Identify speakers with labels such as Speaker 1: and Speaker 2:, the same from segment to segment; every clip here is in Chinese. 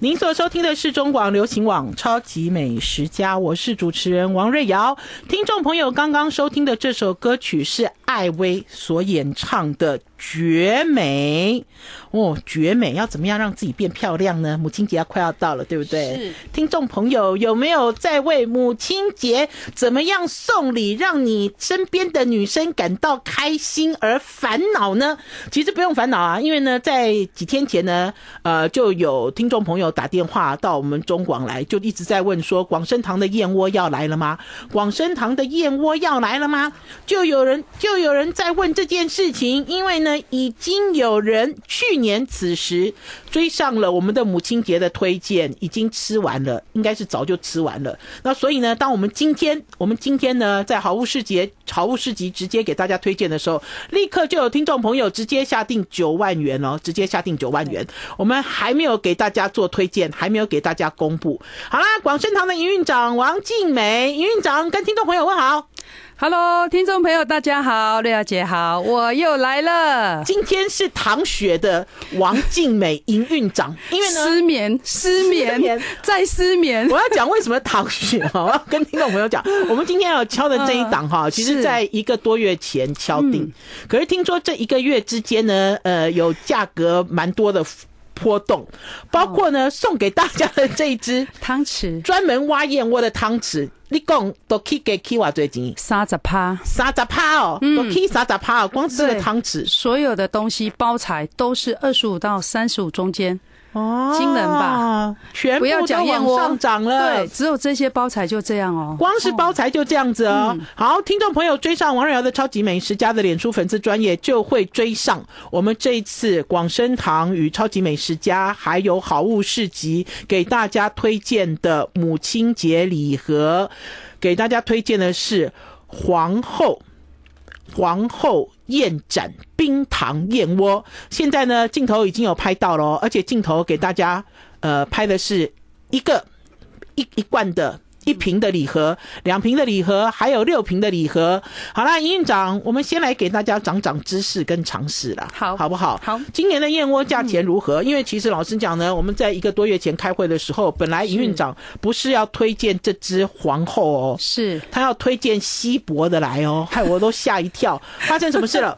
Speaker 1: 您所收听的是中广流行网《超级美食家》，我是主持人王瑞瑶。听众朋友刚刚收听的这首歌曲是艾薇所演唱的《绝美》哦，绝美要怎么样让自己变漂亮呢？母亲节要快要到了，对不对
Speaker 2: 是？
Speaker 1: 听众朋友有没有在为母亲节怎么样送礼，让你身边的女生感到开心而烦恼呢？其实不用烦恼啊，因为呢，在几天前呢，呃，就有听众朋友打电话到我们中广来，就一直在问说，广生堂的燕窝要来了吗？广生堂的燕窝要来了吗？就有人就有人在问这件事情，因为呢，已经有人去年此时追上了我们的母亲节的推荐，已经吃完了，应该是早就吃完了。那所以呢，当我们今天我们今天呢，在好物市节好物市集直接给大家推荐的时候，立刻就有听众朋友直接下定九万元哦，直接下定九万元。我们还没有给大家做推荐，还没有给大家公布。好啦，广生堂的营运长王静美，营运长跟听众朋友问好。
Speaker 2: Hello，听众朋友，大家好，瑞瑶姐好，我又来了。
Speaker 1: 今天是唐雪的王静美营运长，因为呢。
Speaker 2: 失眠，失
Speaker 1: 失眠
Speaker 2: 眠，再失眠
Speaker 1: 我。要讲为什么唐雪哈，我要跟听众朋友讲，我们今天要敲的这一档哈，其实
Speaker 2: 嗯是嗯
Speaker 1: 在一个多月前敲定，可是听说这一个月之间呢，呃，有价格蛮多的波动，包括呢送给大家的这一只
Speaker 2: 汤匙
Speaker 1: 专门挖燕窝的汤匙，你讲都可以给 k i w 最近
Speaker 2: 三十趴，
Speaker 1: 三十趴哦，
Speaker 2: 嗯
Speaker 1: 都可以三十趴哦，光是这个汤匙
Speaker 2: 所有的东西包材都是二十五到三十五中间，
Speaker 1: 哦
Speaker 2: 惊人吧？
Speaker 1: 全部
Speaker 2: 不要
Speaker 1: 都
Speaker 2: 讲燕
Speaker 1: 往
Speaker 2: 窝
Speaker 1: 上涨了，
Speaker 2: 对，呃只有这些包材就这样哦。
Speaker 1: 光是包材就这样子哦。好，听众朋友追上王瑞瑶的超级美食家的脸书粉丝专业，就会追上我们这一次广生堂与超级美食家还有好物市集给大家推荐的母亲节礼盒，给大家推荐的是皇后。皇后宴展冰糖燕窝，现在呢镜头已经有拍到了哦，而且镜头给大家呃拍的是一个一一罐的。一瓶的礼盒，两瓶的礼盒，还有六瓶的礼盒。好啦，营运长，我们先来给大家长长知识跟常识啦，
Speaker 2: 好
Speaker 1: 好不好？
Speaker 2: 好
Speaker 1: 今年的燕窝价钱如何？因为其实老实讲呢，我们在一个多月前开会的时候，本来营运长不是要推荐这只皇后哦，
Speaker 2: 是，
Speaker 1: 他要推荐西博的来 哦，害我都吓一跳，发生什么事了？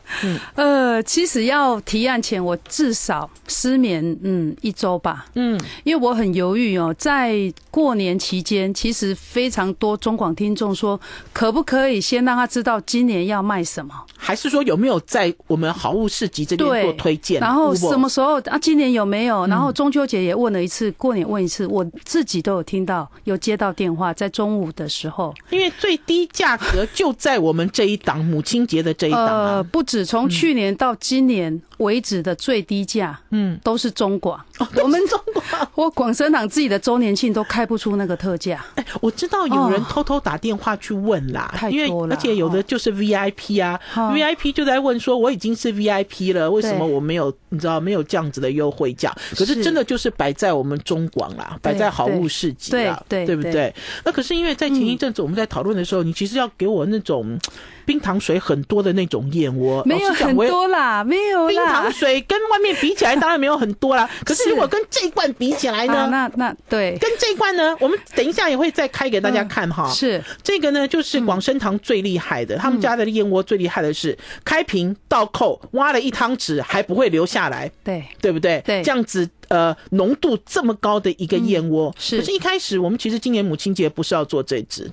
Speaker 2: 呃，其实要提案前，我至少失眠，嗯，一周吧，
Speaker 1: 嗯，
Speaker 2: 因为我很犹豫哦。在过年期间，其实非常多中广听众说，可不可以先让他知道今年要卖什么？
Speaker 1: 还是说有没有在我们好物市集这边做推荐？
Speaker 2: 然后
Speaker 1: 有没有
Speaker 2: 什么时候啊？今年有没有？然
Speaker 1: 嗯
Speaker 2: 后中秋节也问了一次，过年问一次，我自己都有听到，有接到电话，在中午的时候，
Speaker 1: 因为最低价格就在我们这一档母亲节的这一档
Speaker 2: 呃，
Speaker 1: 啊，
Speaker 2: 不止从去年到今年为止的最低价，
Speaker 1: 嗯，
Speaker 2: 都是中广， 我们
Speaker 1: 中国，
Speaker 2: 我广生堂自己的周年庆都开不出那个特价，
Speaker 1: 哎，我知道有人
Speaker 2: 哦
Speaker 1: 偷偷打电话去问啦，
Speaker 2: 太
Speaker 1: 因
Speaker 2: 多
Speaker 1: 为
Speaker 2: 了
Speaker 1: 而且有的
Speaker 2: 哦
Speaker 1: 就是 VIP 啊、
Speaker 2: 哦
Speaker 1: v i p 就在问说，我已经是 VIP 了，为什么
Speaker 2: 对
Speaker 1: 我没有你知道没有这样子的优惠价？可是
Speaker 2: 是
Speaker 1: 真的就是摆在我们中广啦，摆
Speaker 2: 对
Speaker 1: 在好物市集啦，
Speaker 2: 对对
Speaker 1: 不
Speaker 2: 对嗯
Speaker 1: 对？那可是因为在前一阵子我们在讨论的时候，你其实要给我那种冰糖水很多的那种燕窝，哦
Speaker 2: 没有
Speaker 1: 老实讲
Speaker 2: 很。
Speaker 1: 我也
Speaker 2: 多啦，没有
Speaker 1: 冰
Speaker 2: 啦
Speaker 1: 糖。水跟外面比起来，当然没有很多 啦。可是
Speaker 2: 是
Speaker 1: 如果跟这一罐比起来
Speaker 2: 啊，
Speaker 1: 呢？
Speaker 2: 那那对
Speaker 1: 跟这一罐呢，我们等一下也会再开给大家看哈。
Speaker 2: 嗯是嗯
Speaker 1: 这个呢，就是广生堂最厉害的，他们家的燕窝最厉害的是开瓶倒扣，挖了一汤匙还不会流下来，
Speaker 2: 对
Speaker 1: 对不对？
Speaker 2: 对嗯
Speaker 1: 这样子呃，浓度这么高的一个燕窝，
Speaker 2: 是
Speaker 1: 可是一开始我们其实今年母亲节不是要做这只，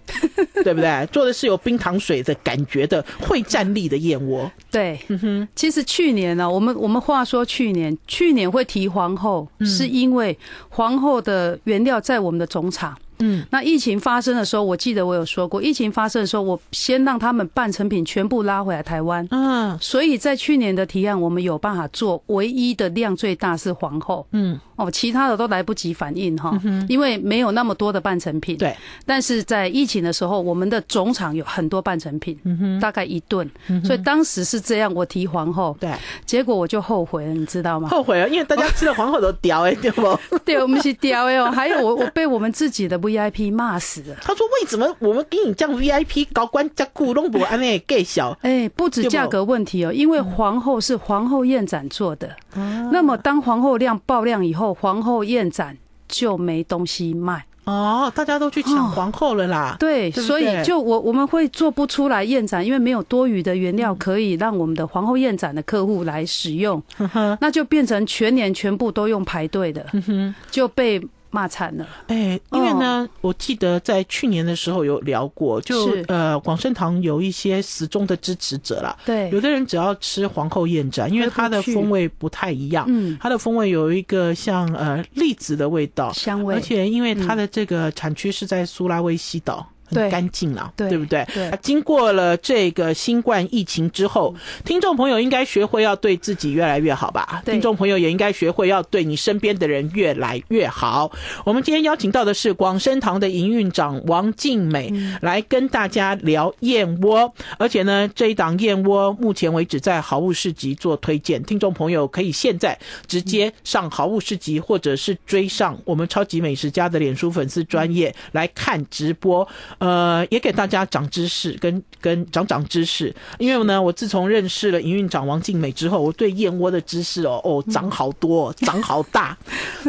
Speaker 1: 对不对？做的是有冰糖水的感觉的会站立的燕 窝，
Speaker 2: 对。
Speaker 1: 嗯
Speaker 2: 其实去年呢、我们我们话说去年，去年会提皇后，
Speaker 1: 嗯
Speaker 2: 是因为皇后的原料在我们的总厂。
Speaker 1: 嗯，
Speaker 2: 那疫情发生的时候，我记得我有说过，疫情发生的时候，我先让他们半成品全部拉回来台湾。
Speaker 1: 嗯
Speaker 2: 所以在去年的提案，我们有办法做，唯一的量最大是皇后
Speaker 1: 嗯，
Speaker 2: 哦，其他的都来不及反应哈，因为没有那么多的半成品。
Speaker 1: 对，
Speaker 2: 但是在疫情的时候，我们的总厂有很多半成品，大概一吨，所以当时是这样，我提皇后，
Speaker 1: 对，
Speaker 2: 结果我就后悔了，你知道吗？
Speaker 1: 后悔了，啊因为大家吃了皇后都屌哎、对不？
Speaker 2: 对，我们是雕哎 哦，还有我我被我们自己的 VIP 骂死了。
Speaker 1: 他说为什么我们给你这样 VIP 高官加库弄不安内给小？
Speaker 2: 哎，不止
Speaker 1: 有没有
Speaker 2: 价格问题哦，因为皇后是皇后宴展做的，那么当皇后量爆量以后，皇后宴展就没东西卖。
Speaker 1: 哦，大家都去抢皇后了啦。
Speaker 2: 对，
Speaker 1: 对不
Speaker 2: 所
Speaker 1: 对
Speaker 2: 以就我我们会做不出来燕盏，因为没有多余的原
Speaker 1: 嗯
Speaker 2: 料可以让我们的皇后燕盏的客户来使用，
Speaker 1: 呵呵
Speaker 2: 那就变成全年全部都用排队的，
Speaker 1: 嗯
Speaker 2: 就被骂惨了。
Speaker 1: 哎、因为
Speaker 2: 哦
Speaker 1: 呢，我记得在去年的时候有聊过，就是呃，广生堂有一些死忠的支持者啦。
Speaker 2: 对
Speaker 1: 有，的人只要吃皇后燕盏，因为它的风味不太一样，
Speaker 2: 嗯，
Speaker 1: 它的风味有一个像呃栗子的味道，
Speaker 2: 香
Speaker 1: 而
Speaker 2: 味，嗯
Speaker 1: 且因为它的这个产区是在苏拉威西岛。很
Speaker 2: 对
Speaker 1: 干净啦，
Speaker 2: 对
Speaker 1: 不对？
Speaker 2: 对嗯
Speaker 1: 经过了这个新冠疫情之后，听众朋友应该学会要对自己越来越好吧？
Speaker 2: 对
Speaker 1: 听众朋友也应该学会要对你身边的人越来越好。我们今天邀请到的是广生堂的营运长王静美，
Speaker 2: 嗯
Speaker 1: 来跟大家聊燕窝。而且呢，这一档燕窝目前为止在好物市集做推荐，听众朋友可以现在直接上好物市集，或者是追上我们超级美食家的脸书粉丝专业来看直播。呃，也给大家长知识跟跟长长知识，因为呢，我自从认识了营运长王静美之后，我对燕窝的知识哦哦长好多哦，长好大，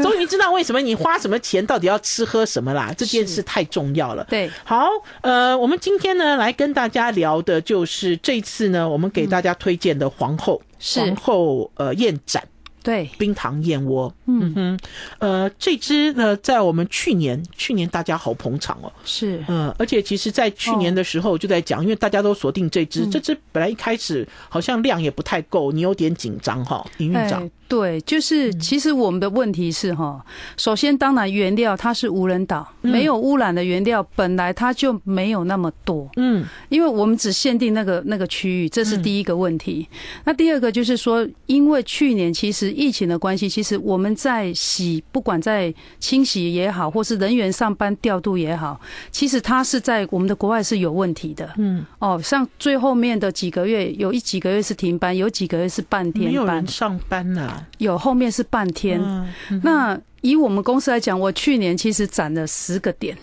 Speaker 1: 终于知道为什么你花什么钱到底要吃喝什么啦，这件事太重要了。
Speaker 2: 对，
Speaker 1: 好，呃，我们今天呢来跟大家聊的就是这次呢，我们给大家推荐的皇后、
Speaker 2: 是
Speaker 1: 皇后呃燕盏
Speaker 2: 对，
Speaker 1: 冰糖燕窝，嗯哼，呃，这支呢在我们去年去年大家好捧场哦，
Speaker 2: 是，
Speaker 1: 嗯，而且其实，在去年的时候就在讲，因为大家都锁定这
Speaker 2: 嗯
Speaker 1: 支，这支本来一开始好像量也不太够，你有点紧张哈，营运长，嗯
Speaker 2: 哎，对，就是其实我们的问题是哈，首先当然原料它是无人岛，
Speaker 1: 嗯
Speaker 2: 没有污染的原料本来它就没有那么多，
Speaker 1: 嗯，
Speaker 2: 因为我们只限定那个那个区域，这是第一个问题。那第二个就是说，因为去年其实疫情的关系，其实我们在洗，不管在清洗也好，或是人员上班调度也好，其实它是在我们的国外是有问题的。
Speaker 1: 嗯，
Speaker 2: 哦，像最后面的几个月，有一几个月是停班，有几个月是半
Speaker 1: 没
Speaker 2: 天
Speaker 1: 有
Speaker 2: 班
Speaker 1: 人，上班呐、
Speaker 2: 有后面是半天。
Speaker 1: 嗯
Speaker 2: 那以我们公司来讲，我去年其实攒了十个点。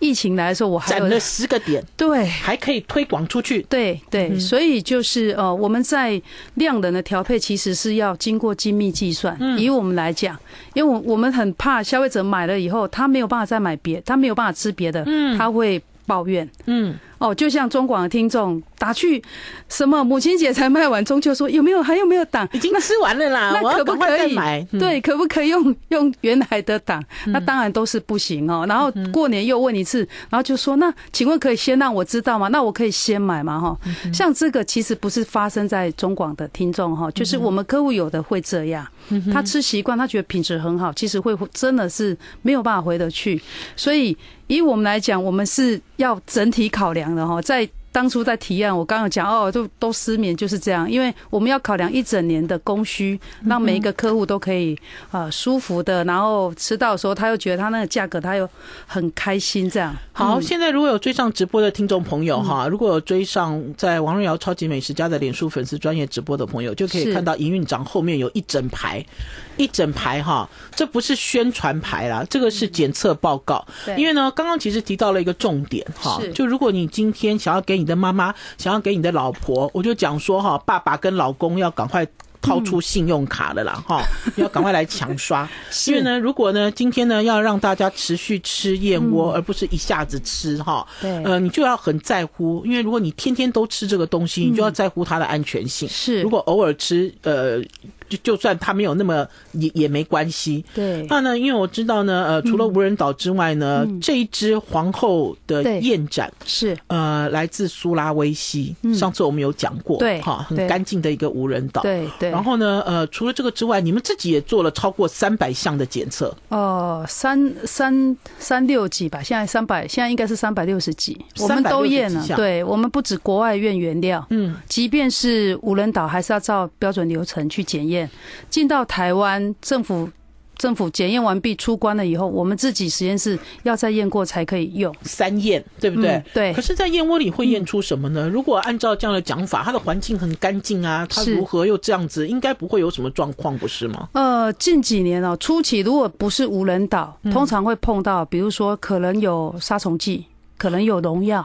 Speaker 2: 疫情来的时候，我还
Speaker 1: 攒
Speaker 2: 有
Speaker 1: 了十个点，
Speaker 2: 对
Speaker 1: 还可以推广出去，
Speaker 2: 对对，所以就是呃，我们在量能的调配其实是要经过精密计算。以我们来讲，因为我我们很怕消费者买了以后，他没有办法再买别，他没有办法吃别的，他会抱怨。
Speaker 1: 嗯，
Speaker 2: 哦，就像中广的听众打去什么母亲节才卖完，中秋说有没有还有没有档？
Speaker 1: 已经吃完了 啦，
Speaker 2: 那
Speaker 1: 我要
Speaker 2: 可不
Speaker 1: 赶快
Speaker 2: 可
Speaker 1: 再
Speaker 2: 以
Speaker 1: 买，嗯，
Speaker 2: 对，可不可以用用原来的档？那当然都是不行哦。然后过年又问一次，然后就说那请问可以先让我知道吗？那我可以先买吗？哈，像这个其实不是发生在中广的听众哈，就是我们客户有的会这样，他吃习惯，他觉得品质很好，其实会真的是没有办法回得去。所以以我们来讲，我们是要整体考量的哈，在。当初在提案，我刚刚有讲哦，都都失眠就是这样，因为我们要考量一整年的供需，让每一个客户都可以啊、呃舒服的，然后吃到的时候他又觉得他那个价格他又很开心这样。
Speaker 1: 好，现在如果有追上直播的听众朋友哈，如果有追上在王瑞瑶超级美食家的脸书粉丝专业直播的朋友，就可以
Speaker 2: 是
Speaker 1: 看到营运长后面有一整排，一整排哈，这不是宣传牌啦，这个是检测报告。
Speaker 2: 对
Speaker 1: 因为呢，刚刚其实提到了一个重点哈
Speaker 2: 是，
Speaker 1: 就如果你今天想要给你的妈妈，想要给你的老婆，我就讲说哈，爸爸跟老公要赶快。掏出信用卡了啦，哈、要赶快来抢刷。因为呢，如果呢，今天呢要让大家持续吃燕窝，
Speaker 2: 嗯
Speaker 1: 而不是一下子吃哈，
Speaker 2: 对
Speaker 1: 呃，你就要很在乎，因为如果你天天都吃这个东西，你就要在乎它的安全性。
Speaker 2: 嗯是
Speaker 1: 如果偶尔吃，呃，就就算它没有那么也也没关系。
Speaker 2: 对嗯
Speaker 1: 那呢，因为我知道呢，呃，除了无人岛之外呢，这一只皇后的
Speaker 2: 对
Speaker 1: 燕盏，
Speaker 2: 是
Speaker 1: 呃，来自苏拉威西，上次我们有讲过，
Speaker 2: 嗯对
Speaker 1: 哈，很
Speaker 2: 对
Speaker 1: 干净的一个无人岛。
Speaker 2: 对对，
Speaker 1: 然后呢，呃，除了这个之外，你们自己也做了超过三百项的检测，
Speaker 2: 哦三三三六几吧，现在三百，现在应该是三百六十几，我们都验
Speaker 1: 360
Speaker 2: 了
Speaker 1: 几项。
Speaker 2: 对，我们不止国外验原料，
Speaker 1: 嗯，
Speaker 2: 即便是无人岛，还是要照标准流程去检验。进到台湾政府。政府检验完毕出关了以后，我们自己实验室要再验过才可以用。
Speaker 1: 三验，对不对？
Speaker 2: 嗯对
Speaker 1: 可是，在燕窝里会验出什么呢？如果按照这样的讲法，它的环境很干净啊，它
Speaker 2: 是
Speaker 1: 如何又这样子，应该不会有什么状况，不是吗？
Speaker 2: 呃，近几年哦，初期如果不是无人岛，
Speaker 1: 嗯
Speaker 2: 通常会碰到，比如说可能有杀虫剂，可能有农药，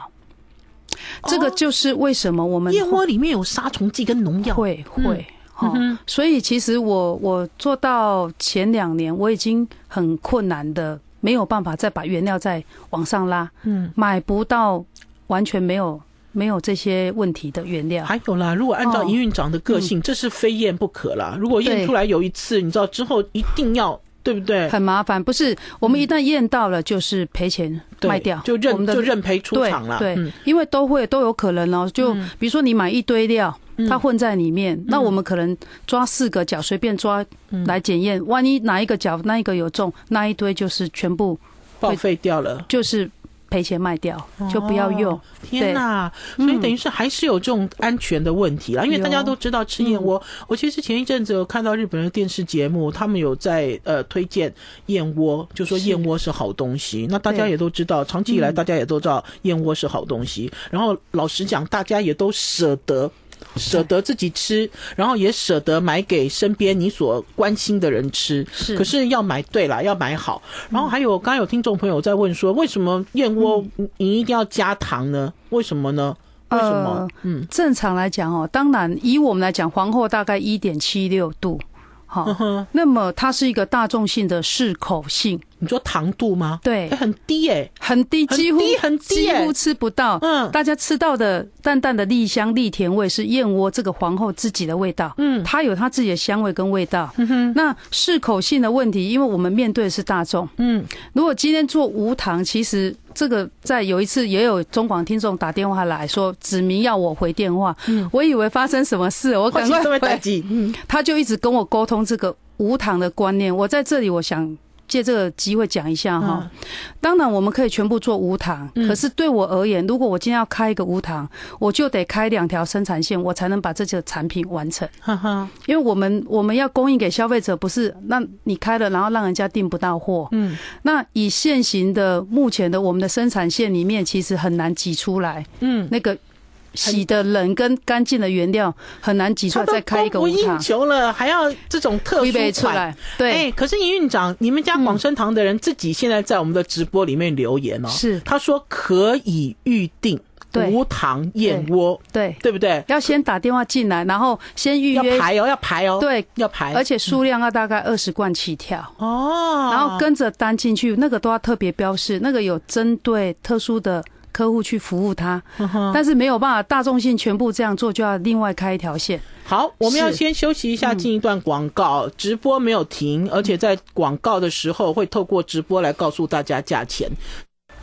Speaker 1: 哦
Speaker 2: 这个就是为什么我们
Speaker 1: 燕窝里面有杀虫剂跟农药，哦
Speaker 2: 会会。
Speaker 1: 嗯
Speaker 2: 嗯哈、所以其实我我做到前两年，我已经很困难的，没有办法再把原料再往上拉，
Speaker 1: 嗯，
Speaker 2: 买不到完全没有没有这些问题的原料。
Speaker 1: 还有啦，如果按照
Speaker 2: 哦
Speaker 1: 营运长的个性，这是非验不可啦。如果验
Speaker 2: 对
Speaker 1: 出来有一次，你知道之后一定要，对不对？
Speaker 2: 很麻烦，不是我们一旦验到了就是赔钱
Speaker 1: 对
Speaker 2: 卖掉，
Speaker 1: 就
Speaker 2: 我
Speaker 1: 认
Speaker 2: 们的
Speaker 1: 就认赔出
Speaker 2: 对
Speaker 1: 场啦。
Speaker 2: 对
Speaker 1: 嗯，
Speaker 2: 因为都会都有可能哦。就比如说你买一堆料，
Speaker 1: 嗯
Speaker 2: 它混在里面，那我们可能抓四个角，随便抓来检
Speaker 1: 嗯
Speaker 2: 验，万一哪一个角那一个有中，那一堆就是全部
Speaker 1: 报废掉了。
Speaker 2: 就是赔钱卖掉，就不要用嗯
Speaker 1: 哦。天呐！所以等于是还是有这种安全的问题啦，因为大家都知道吃
Speaker 2: 嗯
Speaker 1: 燕窝。我其实前一阵子有看到日本的电视节目，他们有在呃推荐燕窝，就说燕窝是好东西。那大家
Speaker 2: 对
Speaker 1: 也都知道，长期以来
Speaker 2: 嗯
Speaker 1: 大家也都知道燕窝是好东西。然后老实讲，大家也都舍得。舍得自己吃，然后也舍得买给身边你所关心的人吃。
Speaker 2: 是嗯
Speaker 1: 可是要买对啦，要买好。然后还有，刚刚有听众朋友在问说，为什么燕窝
Speaker 2: 嗯
Speaker 1: 你你一定要加糖呢？为什么呢？为什么？
Speaker 2: 呃
Speaker 1: 嗯，
Speaker 2: 正常来讲哦，当然以我们来讲，皇后大概一点七六度，好、那么它是一个大众性的适口性，
Speaker 1: 你说糖度吗？
Speaker 2: 对
Speaker 1: 哎，很低哎、
Speaker 2: 很低，
Speaker 1: 很
Speaker 2: 几乎
Speaker 1: 低很低
Speaker 2: 几
Speaker 1: 耶
Speaker 2: 乎吃不到。
Speaker 1: 嗯
Speaker 2: 大家吃到的淡淡的栗香、栗甜味是燕窝这个皇后自己的味道，嗯，它有它自己的香味跟味道。嗯哼，那适口性的问题，因为我们面对的是大众，
Speaker 1: 嗯，
Speaker 2: 如果今天做无糖，其实这个在有一次也有中广听众打电话来说，指明要我回电话，嗯，我以为发生什么事，我赶快
Speaker 1: 这么
Speaker 2: 回
Speaker 1: 打 击，嗯，
Speaker 2: 他就一直跟我沟通这个无糖的观念。我在这里，我想借这个机会讲一下哈。
Speaker 1: 嗯
Speaker 2: 当然，我们可以全部做无糖，可是对我而言，如果我今天要开一个无糖，我就得开两条生产线，我才能把这个产品完成。
Speaker 1: 哈哈，
Speaker 2: 因为我们我们要供应给消费者，不是让你开了，然后让人家订不到货。
Speaker 1: 嗯，
Speaker 2: 那以现行的目前的我们的生产线里面，其实很难挤出来
Speaker 1: 嗯。
Speaker 2: 那个。洗的冷跟干净的原料很难挤出
Speaker 1: 他
Speaker 2: 来，
Speaker 1: 都
Speaker 2: 再开一个
Speaker 1: 供
Speaker 2: 无
Speaker 1: 不应
Speaker 2: 糖。
Speaker 1: 求了，还要这种特
Speaker 2: 预备
Speaker 1: 殊
Speaker 2: 出
Speaker 1: 款。
Speaker 2: 来。对，
Speaker 1: 哎，可是营运长，你们家广生堂的人自己现在在我们的直播里面留言哦，
Speaker 2: 是
Speaker 1: 他说可以预定
Speaker 2: 嗯对
Speaker 1: 无糖燕窝，
Speaker 2: 对，
Speaker 1: 对不对？
Speaker 2: 要先打电话进来，然后先预
Speaker 1: 要
Speaker 2: 约，
Speaker 1: 排哦，要排哦，，
Speaker 2: 对，
Speaker 1: 要排，
Speaker 2: 而且数量要大概二十罐起跳。
Speaker 1: 哦，
Speaker 2: 然后跟着单进去，那个都要特别标示，那个有针对特殊的客户去服务他，
Speaker 1: 哦
Speaker 2: 但是没有办法大众性全部这样做，就要另外开一条线。
Speaker 1: 好，我们要
Speaker 2: 是嗯
Speaker 1: 先休息一下，进一段广告。直播没有停，而且在广告的时候会透过直播来告诉大家价钱。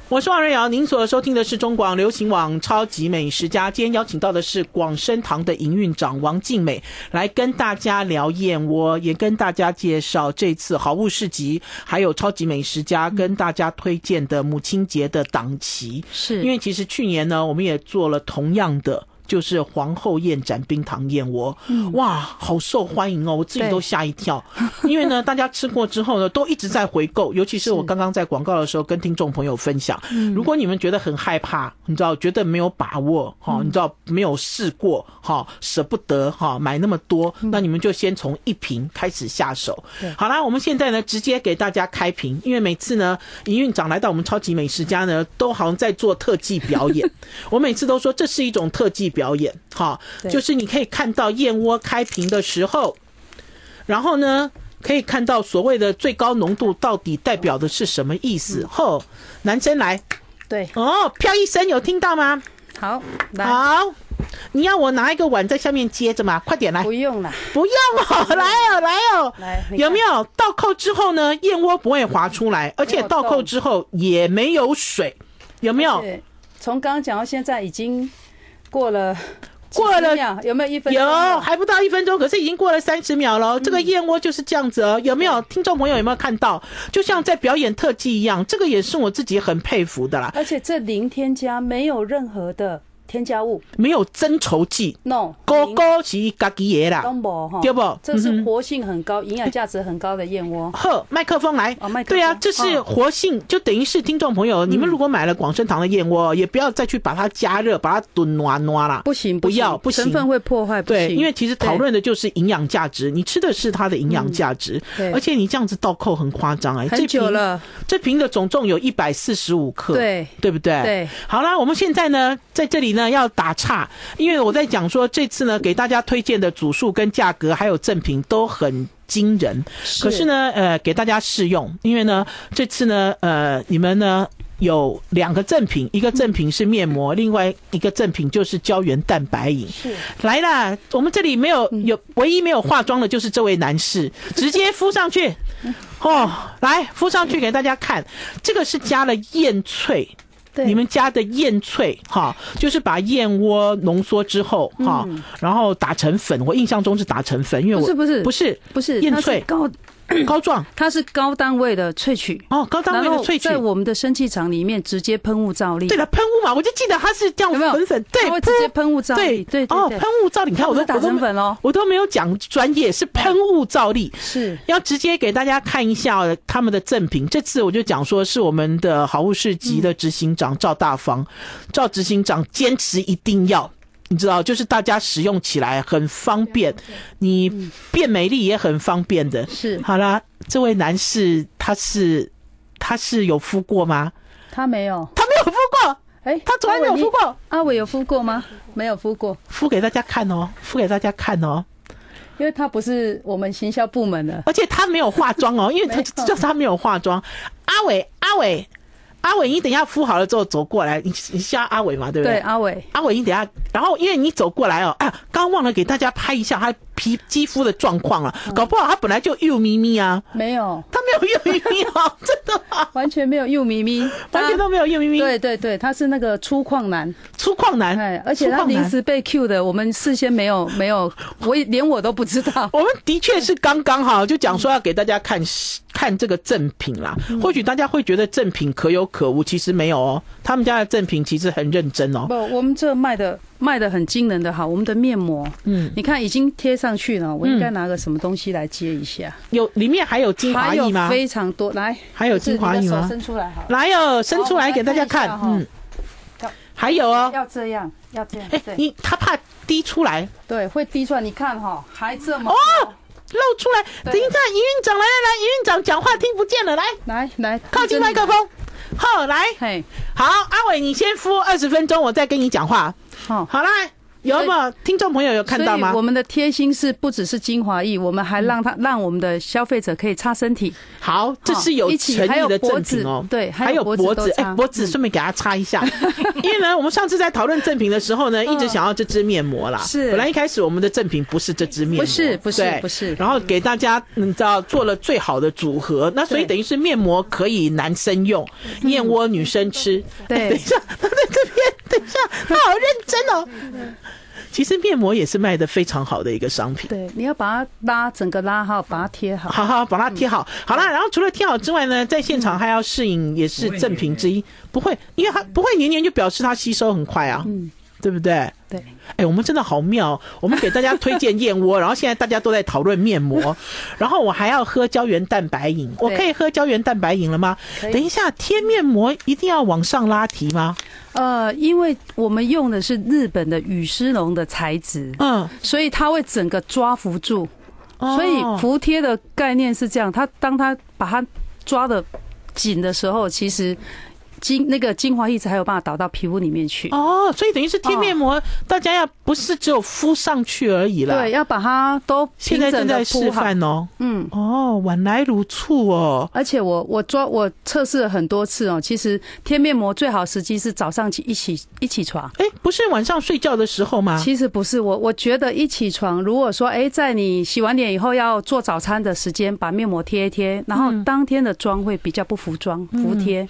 Speaker 1: 我是王瑞瑶，您所收听的是中广流行网《超级美食家》，今天邀请到的是广生堂的营运长王静美，来跟大家聊燕窝，也跟大家介绍这次好物市集，还有超级美食家跟大家推荐的母亲节的档期。
Speaker 2: 是
Speaker 1: 因为其实去年呢，我们也做了同样的。就是皇后宴斩冰糖燕窝，哇，好受欢迎哦！我自己
Speaker 2: 对
Speaker 1: 都吓一跳， 因为呢，大家吃过之后呢，都一直在回购。尤其是我刚刚在广告的时候跟听众朋友分享，
Speaker 2: 嗯
Speaker 1: 如果你们觉得很害怕，你知道觉得没有把握哈、
Speaker 2: 嗯
Speaker 1: 你知道没有试过哈，舍不得哈，买那么多，
Speaker 2: 嗯
Speaker 1: 那你们就先从一瓶开始下手。好啦，我们现在呢直接给大家开瓶，因为每次呢营运长来到我们超级美食家呢，都好像在做特技表 演。我每次都说这是一种特技表演，哈，
Speaker 2: 对
Speaker 1: 就是你可以看到燕窝开瓶的时候，然后呢。可以看到所谓的最高浓度到底代表的是什么意思？吼、男生来
Speaker 2: 对，
Speaker 1: 哦，飘一声有听到吗？
Speaker 2: 好，来，
Speaker 1: 好，你要我拿一个碗在下面接着吗？快点来，
Speaker 2: 不用了，
Speaker 1: 不用哦，来哦，来哦，
Speaker 2: 来你看
Speaker 1: 有没有倒扣之后呢？燕窝不会滑出来，而且
Speaker 2: 没有
Speaker 1: 倒扣
Speaker 2: 动
Speaker 1: 之后也没有水，有没有？
Speaker 2: 对，从刚刚讲到现在已经过了
Speaker 1: 过了
Speaker 2: 70秒，有没有一分钟
Speaker 1: 有，
Speaker 2: 了？嗯
Speaker 1: 还不到一分钟，可是已经过了三十秒了哦。这个燕窝就是这样子哦，有没有？听众朋友有没有看到？就像在表演特技一样，这个也是我自己很佩服的啦。
Speaker 2: 而且这零添加，没有任何的添加物
Speaker 1: 没有增稠剂，
Speaker 2: ，no，
Speaker 1: 哥
Speaker 2: 零
Speaker 1: 哥是家己爷啦，
Speaker 2: 都没哈，
Speaker 1: 对不？嗯
Speaker 2: 这是活性很高、营养价值很高的燕窝。
Speaker 1: 呵，麦克风来。
Speaker 2: 哦嗯麦克风
Speaker 1: 对啊，这是活性，就等于是听众朋友，你们如果买了广生堂的燕窝，也不要再去把它加热，把它炖暖暖啦。
Speaker 2: 不行，
Speaker 1: 不
Speaker 2: 行
Speaker 1: 要不行
Speaker 2: 成分会破坏，不
Speaker 1: 对，
Speaker 2: 行
Speaker 1: 因为其实讨论的就是营养价值，你吃的是它的营养价值，
Speaker 2: 嗯对
Speaker 1: 而且你这样子倒扣很夸张哎，
Speaker 2: 很久了，
Speaker 1: 这瓶，这瓶的总重有一百四十五克，
Speaker 2: 对
Speaker 1: 对不对？
Speaker 2: 对，
Speaker 1: 好啦，我们现在呢，在这里呢要打岔，因为我在讲说这次呢给大家推荐的组数跟价格还有赠品都很。惊人，可是呢，呃，给大家试用，因为呢，这次呢，呃，你们呢有两个赠品，一个赠品是面膜，另外一个赠品就是胶原蛋白饮。
Speaker 3: 是
Speaker 1: 来啦，我们这里没
Speaker 2: 嗯
Speaker 1: 有有唯一没有化妆的就是这位男 士，直接敷上去，哦，来敷上去给大家看，这个是加了燕翠，
Speaker 3: 对
Speaker 1: 你们家的燕翠哈，就是把燕窝浓缩之后哈，然后打成粉。我印象中是打成粉，因为我
Speaker 2: 嗯不是不是
Speaker 1: 不是
Speaker 2: 不是
Speaker 1: 燕
Speaker 2: 它是
Speaker 1: 翠
Speaker 2: 高，
Speaker 1: 膏状
Speaker 2: 它是高单位的萃取，
Speaker 1: 哦，高单位的
Speaker 2: 然后
Speaker 1: 萃取
Speaker 2: 在。我们的生气场里面直接喷雾照例，
Speaker 1: 对了，喷雾嘛，我就记得它是这样
Speaker 2: 有没有
Speaker 1: 粉粉，对，
Speaker 2: 它会直接喷雾照
Speaker 1: 对
Speaker 2: 例，对
Speaker 1: 哦，
Speaker 2: 对
Speaker 1: 喷
Speaker 2: 对，
Speaker 1: 雾照例，你看
Speaker 2: 它
Speaker 1: 我
Speaker 2: 不
Speaker 1: 都
Speaker 2: 是打成粉哦，
Speaker 1: 我都没有讲专业，是喷雾照例。
Speaker 2: 是
Speaker 1: 要直接给大家看一下呃他们的赠品。这次我就讲说是我们的好物市集的执行长赵大方，赵执行长坚持一定要。你知道，就是大家使用起来很方便，你变美丽也很方便的。
Speaker 2: 是，
Speaker 1: 好啦，这位男士他是他是有敷过吗？
Speaker 2: 它没有，
Speaker 1: 他没有敷过，
Speaker 2: 哎，
Speaker 1: 他从来没有敷过。
Speaker 2: 阿伟有敷过吗？没有敷过，
Speaker 1: 敷给大家看哦，敷给大家看哦。
Speaker 2: 因为他不是我们行销部门的。
Speaker 1: 而且他没有化妆 哦，因为他
Speaker 2: 没
Speaker 1: 就
Speaker 2: 有
Speaker 1: 是他没有化妆。阿伟，阿伟，阿伟，你等一下敷好了之后走过来，你你叫阿伟嘛，对不
Speaker 2: 对，
Speaker 1: 对？
Speaker 2: 阿伟，
Speaker 1: 阿伟，你等一下，然后因为你走过来哦，啊，刚忘了给大家拍一下他皮肌肤的状况了，
Speaker 2: 嗯
Speaker 1: 搞不好他本来就幼咪咪 啊，
Speaker 2: 没有，
Speaker 1: 他没有幼咪咪哦，真的吗？
Speaker 2: 完全没有幼咪咪，
Speaker 1: 完全都没有幼咪咪，
Speaker 2: 对对对，他是那个粗犷男，
Speaker 1: 粗犷男
Speaker 2: 哎，，而且
Speaker 1: 粗
Speaker 2: 他
Speaker 1: 犷
Speaker 2: 临
Speaker 1: 男。
Speaker 2: 时被 Q 的，我们事先没有没有，我也连我都不知 道。
Speaker 1: 我们的确是刚刚哈，就讲说要给大家看看这个赠品啦。或许大家会觉得赠品可有可无，其实没有哦。他们家的赠品其实很认真哦
Speaker 2: 不，。我们这卖的卖的很惊人的好，我们的面膜，
Speaker 1: 嗯，
Speaker 2: 你看已经贴上去了，我应该拿个什么东西来接一下？
Speaker 1: 有里面还有精华
Speaker 2: 还有
Speaker 1: 液吗？
Speaker 2: 非常多，来，
Speaker 1: 还有精华
Speaker 3: 是
Speaker 1: 液
Speaker 3: 你的手
Speaker 1: 吗？
Speaker 3: 伸出来好了，
Speaker 1: 来哦，伸出来给大家看
Speaker 3: 好。我
Speaker 1: 嗯
Speaker 3: 们，看一下哈
Speaker 1: 还有哦，
Speaker 2: 要这样，
Speaker 3: 要这样，
Speaker 1: 哎，
Speaker 3: 对
Speaker 1: 你他怕滴出来，
Speaker 2: 对，会滴出来。你看哈，还这么
Speaker 1: 哦露出来。
Speaker 2: 对
Speaker 1: 等一下，营运长来来来，营运长讲话听不见了，来
Speaker 2: 来来
Speaker 1: 靠近麦克，风。好，来，
Speaker 2: 嘿，
Speaker 1: 好，阿伟，你先敷二十分钟，我再跟你讲话。
Speaker 2: 好。
Speaker 1: 好啦，有没有听众朋友有看到吗嗯
Speaker 2: 所以我？们的贴心是不只是精华液，我们还让它、让我们的消费者可以擦身体，
Speaker 1: 好，这是有诚意的赠品哦
Speaker 2: 哦一起还有脖子。对还
Speaker 1: 还
Speaker 2: 有
Speaker 1: 有脖
Speaker 2: 脖子
Speaker 1: 子，
Speaker 2: 都嗯
Speaker 1: 哎、
Speaker 2: 擦
Speaker 1: 脖子顺便给它擦一下， 因为呢，我们上次在讨论赠品的时候呢，一直想要这支面膜啦。
Speaker 2: 嗯是
Speaker 1: 本来一开始我们的赠品不是这支面膜，
Speaker 2: 不是不是
Speaker 1: 对
Speaker 2: 不是
Speaker 1: 然后给大家嗯你知道做了最好的组合，那所以
Speaker 2: 对嗯
Speaker 1: 等于是面膜可以男生用，燕窝女生吃。哎 等
Speaker 2: 对
Speaker 1: 一，下，他在这边，等一下，他好认真哦。
Speaker 2: 嗯
Speaker 1: 其实面膜也是卖的非常好的一个商品。
Speaker 2: 对，你要把它拉整个拉好，把它贴好。
Speaker 1: 好好把它贴好。好啦，然后除了贴好之外呢，在现场还要试饮，也是赠品之一。不会，因为它不会黏黏，就表示它吸收很快啊，
Speaker 2: 嗯，
Speaker 1: 对不对？
Speaker 2: 对，
Speaker 1: 哎，我们真的好妙哦，我们给大家推荐燕窝，然后现在大家都在讨论面膜，然后我还要喝胶原蛋白饮，我可以喝胶原蛋白饮了吗？
Speaker 2: 可以
Speaker 1: 等一下，贴面膜一定要往上拉提吗？
Speaker 2: 呃，因为我们用的是日本的羽丝绒的材质，
Speaker 1: 嗯，
Speaker 2: 所以它会整个抓扶住，所以
Speaker 1: 哦
Speaker 2: 服贴的概念是这样，它当它把它抓的紧的时候，其实精那个精华液才有办法导到皮肤里面去。
Speaker 1: 哦，所以等于是贴面膜，大家要不是只有敷上去而已啦。
Speaker 2: 对，，要把它都
Speaker 1: 现
Speaker 2: 平
Speaker 1: 在
Speaker 2: 整
Speaker 1: 正
Speaker 2: 的
Speaker 1: 在
Speaker 2: 铺
Speaker 1: 示
Speaker 2: 好。
Speaker 1: 范哦。
Speaker 2: 嗯，
Speaker 1: 哦，晚来如醋哦。
Speaker 2: 而且我我抓我测试了很多次哦，其实贴面膜最好时机是早上起一起一起床。
Speaker 1: 哎，不是晚上睡觉的时候吗？
Speaker 2: 其实不是我，我觉得一起床，如果说哎，在你洗完脸以后要做早餐的时间，把面膜贴一贴，然后当天的妆会比较不服妆，服帖，
Speaker 1: 嗯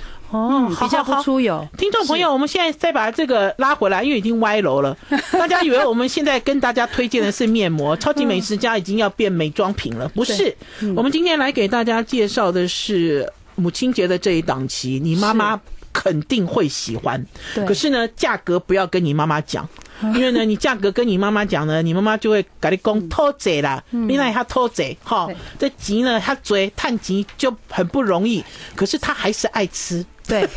Speaker 1: 哦，好
Speaker 2: 比较
Speaker 1: 好
Speaker 2: 不
Speaker 1: 好。
Speaker 2: 出油。
Speaker 1: 听众朋友，我们现在再把这个拉回来，因为已经歪楼 了。大家以为我们现在跟大家推荐的是面
Speaker 2: 嗯
Speaker 1: 膜，超级美食家已经要变美妆品了，不是？我们今天来给大家介绍的是母亲节的这一档期，你妈妈肯定会喜欢。
Speaker 2: 对，
Speaker 1: 可是呢，价格不要跟你妈妈讲，因为呢，你价格跟你妈妈讲呢，你妈妈就会跟你讲偷贼啦，你那她偷贼哈
Speaker 2: 嗯对，
Speaker 1: 这急呢，她嘴探急就很不容易，可是她还是爱吃，
Speaker 2: 对，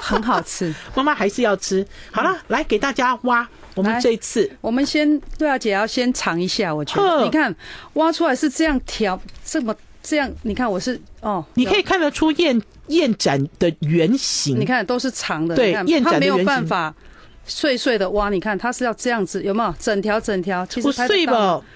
Speaker 2: 很好吃。
Speaker 1: 妈妈还是要吃。好了，来给大家挖，我们
Speaker 2: 来
Speaker 1: 这一次
Speaker 2: 我们先对啊，姐要先尝一下，我觉
Speaker 1: 呵
Speaker 2: 得你看挖出来是这样条，这么这样，你看我是哦，
Speaker 1: 你可以看得出燕燕盏的原
Speaker 2: 有，你
Speaker 1: 型，
Speaker 2: 看都是长的，
Speaker 1: 嗯对
Speaker 2: 你看
Speaker 1: 燕盏的
Speaker 2: 它没有
Speaker 1: 原型
Speaker 2: 办法碎碎的挖，你看它是要这样子，有没有？整条整条，其实
Speaker 1: 不
Speaker 2: 拍得
Speaker 1: 碎
Speaker 2: 到
Speaker 1: 吧？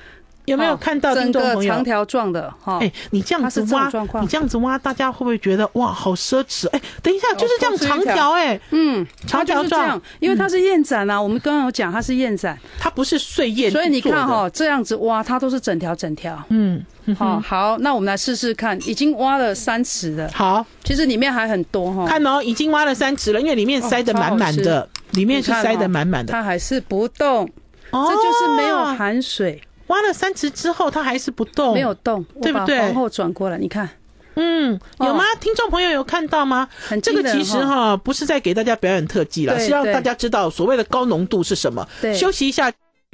Speaker 1: 有没有
Speaker 2: 哦
Speaker 1: 看到
Speaker 2: 整
Speaker 1: 听众
Speaker 2: 个
Speaker 1: 朋友？
Speaker 2: 长条状的哈？
Speaker 1: 哎、你这样
Speaker 2: 它
Speaker 1: 子
Speaker 2: 是这种
Speaker 1: 挖
Speaker 2: 状，况
Speaker 1: 你这样子挖，大家会不会觉得哇，好奢侈？哎、等一下，就是这样
Speaker 2: 哦
Speaker 1: 长条、哎，
Speaker 2: 嗯，
Speaker 1: 长
Speaker 2: 它就
Speaker 1: 条
Speaker 2: 是这
Speaker 1: 状嗯
Speaker 2: 样，，因为它是燕盏啊。我们刚刚有讲它是燕盏，
Speaker 1: 它不是碎叶，
Speaker 2: 所以你看哈、，这样子挖它都是整条整条。
Speaker 1: 嗯，
Speaker 2: 好、好，那我们来试试看，已经挖了三尺了，
Speaker 1: 好
Speaker 2: 其实里面还很多哈、
Speaker 1: 看哦，已经挖了三尺了，因为里面塞得满满的，
Speaker 2: 哦
Speaker 1: 里面是塞得满满的，
Speaker 2: 它还是不动，
Speaker 1: 哦
Speaker 2: 这就是没有含水，
Speaker 1: 挖了三尺之后，它还是不动，
Speaker 2: 没有，动，
Speaker 1: 哦对不对
Speaker 2: 我把皇后转过来，你看，
Speaker 1: 嗯，有
Speaker 2: 哦
Speaker 1: 吗？听众朋友有看到吗？
Speaker 2: 很
Speaker 1: 这
Speaker 2: 惊
Speaker 1: 个
Speaker 2: 人
Speaker 1: 其实
Speaker 2: 哈，
Speaker 1: 哈，不是在给大家表演特技啦，
Speaker 2: 对
Speaker 1: 是让
Speaker 2: 对
Speaker 1: 大家知道所谓的高浓度是什么。
Speaker 2: 对
Speaker 1: 休息一下。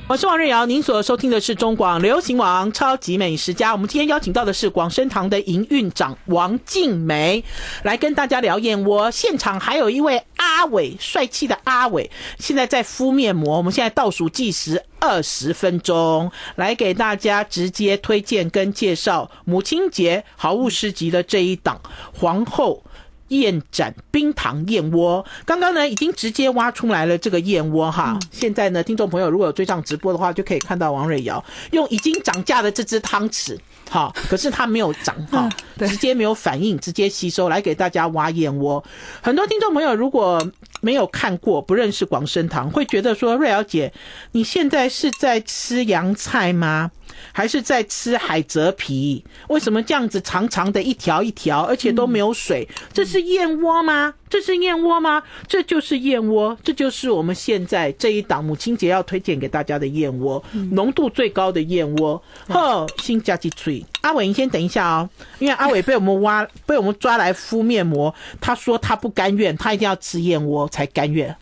Speaker 1: 我是王瑞瑶，您所收听的是中广流行网《超级美食家》。我们今天邀请到的是广生堂的营运长王静梅，来跟大家聊燕窝。现场还有一位阿伟，帅气的阿伟，现在在敷面膜。我们现在倒数计时二十分钟，来给大家直接推荐跟介绍母亲节好物市集的这一档皇后。燕盏冰糖燕窝，刚刚呢已经直接挖出来了这个燕窝哈。现在呢，听众朋友如果有追上直播的话，就可以看到王瑞瑶用已经涨价的这只汤匙，哈，可是它没有涨哈，直接没有反应，直接吸收来给大家挖燕窝。很多听众朋友如果没有看过、不认识广生堂，会觉得说瑞瑶姐，你现在是在吃洋菜吗？还是在吃海蜇皮？为什么这样子长长的一条一条，而且都没有水？这是燕窝吗？这是燕窝吗？这就是燕窝，这就是我们现在这一档母亲节要推荐给大家的燕窝，浓度最高的燕窝。呵，新加鸡脆。阿伟，你先等一下哦，因为阿伟被我们挖，被我们抓来敷面膜，他说他不甘愿，他一定要吃燕窝才甘愿。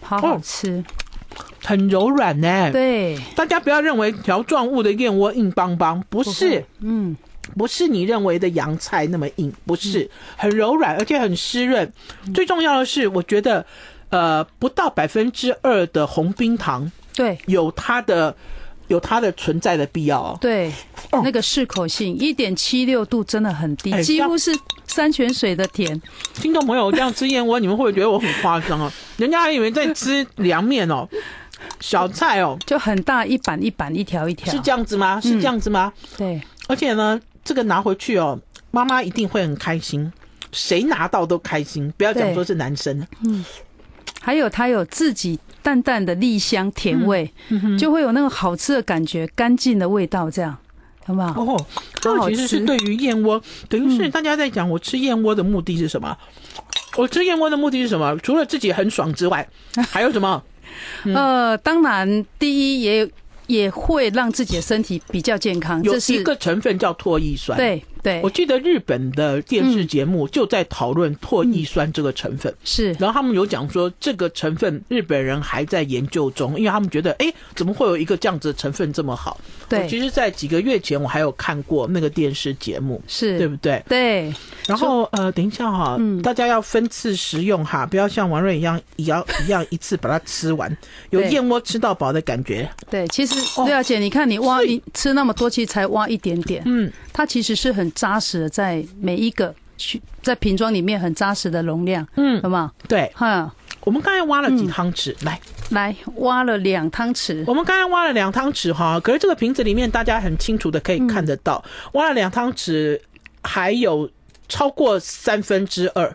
Speaker 2: 好好吃，
Speaker 1: 很柔软呢、
Speaker 2: 对，
Speaker 1: 大家不要认为条状物的燕窝硬邦邦，不是，
Speaker 2: 嗯，
Speaker 1: 不是你认为的洋菜那么硬，不是，很柔软，而且很湿润。最重要的是，我觉得，呃，不到百分之二的红冰糖
Speaker 2: 对
Speaker 1: 有它的有它的存在的必要哦。
Speaker 2: 对，
Speaker 1: 哦
Speaker 2: 那个适口性一点七六度真的很低
Speaker 1: 哎，
Speaker 2: 几乎是山泉水的甜，
Speaker 1: 听众朋友这样吃燕窝，你们会不会觉得我很夸张啊？人家还以为在吃凉面哦，小菜哦，
Speaker 2: 就很大一板一板一条一条，
Speaker 1: 是这样子吗？是这样子吗？
Speaker 2: 对，
Speaker 1: 而且呢，这个拿回去哦，妈妈一定会很开心，谁拿到都开心。不要讲
Speaker 2: 对
Speaker 1: 说是男生，
Speaker 2: 还有它有自己淡淡的栗香甜味，
Speaker 1: 嗯
Speaker 2: 就会有那个好吃的感觉，干净的味道，这样，好不啊好？嗯
Speaker 1: 哦，这个其实是对于燕窝，等于是大家在讲我吃燕窝的目的是什么？我吃燕窝的目的是什么？除了自己很爽之外，
Speaker 2: 啊
Speaker 1: 还有什么？嗯
Speaker 2: 呃，当然，第一也也会让自己的身体比较健康，
Speaker 1: 有
Speaker 2: 这
Speaker 1: 一
Speaker 2: 嗯是
Speaker 1: 个成分叫唾液酸。，
Speaker 2: 对嗯对
Speaker 1: 我记得日本的电视节目就在讨论唾液酸这个成分。
Speaker 2: 是，
Speaker 1: 然后他们有讲说，这个成分日本人还在研究中，因为他们觉得，哎，怎么会有一个这样子的成分这么好？我
Speaker 2: 对
Speaker 1: 其实，在几个月前我还有看过那个电视节目，对
Speaker 2: 是
Speaker 1: 不，对？
Speaker 2: 对
Speaker 1: 然后呃，等一下哈、
Speaker 2: 嗯
Speaker 1: 大家要分次食用哈，不要像王瑞一样，也要一样一次把它吃完，有
Speaker 2: 对
Speaker 1: 燕窝吃到饱的感觉。
Speaker 2: 对。其实
Speaker 1: 哦
Speaker 2: 廖姐，你看你挖
Speaker 1: 所以
Speaker 2: 你吃那么多，其实才挖一点点，
Speaker 1: 嗯，
Speaker 2: 它其实是很扎实的，在每一个去在瓶装里面很扎实的容量，
Speaker 1: 嗯
Speaker 2: 好不好？
Speaker 1: 对，
Speaker 2: 哈，
Speaker 1: 我们刚才挖了几汤匙，来，
Speaker 2: 嗯来挖了两汤匙，
Speaker 1: 我们刚才挖了两汤匙哈，可是这个瓶子里面大家很清楚的
Speaker 2: 嗯
Speaker 1: 可以看得到，挖了两汤匙，还有超过三分之二。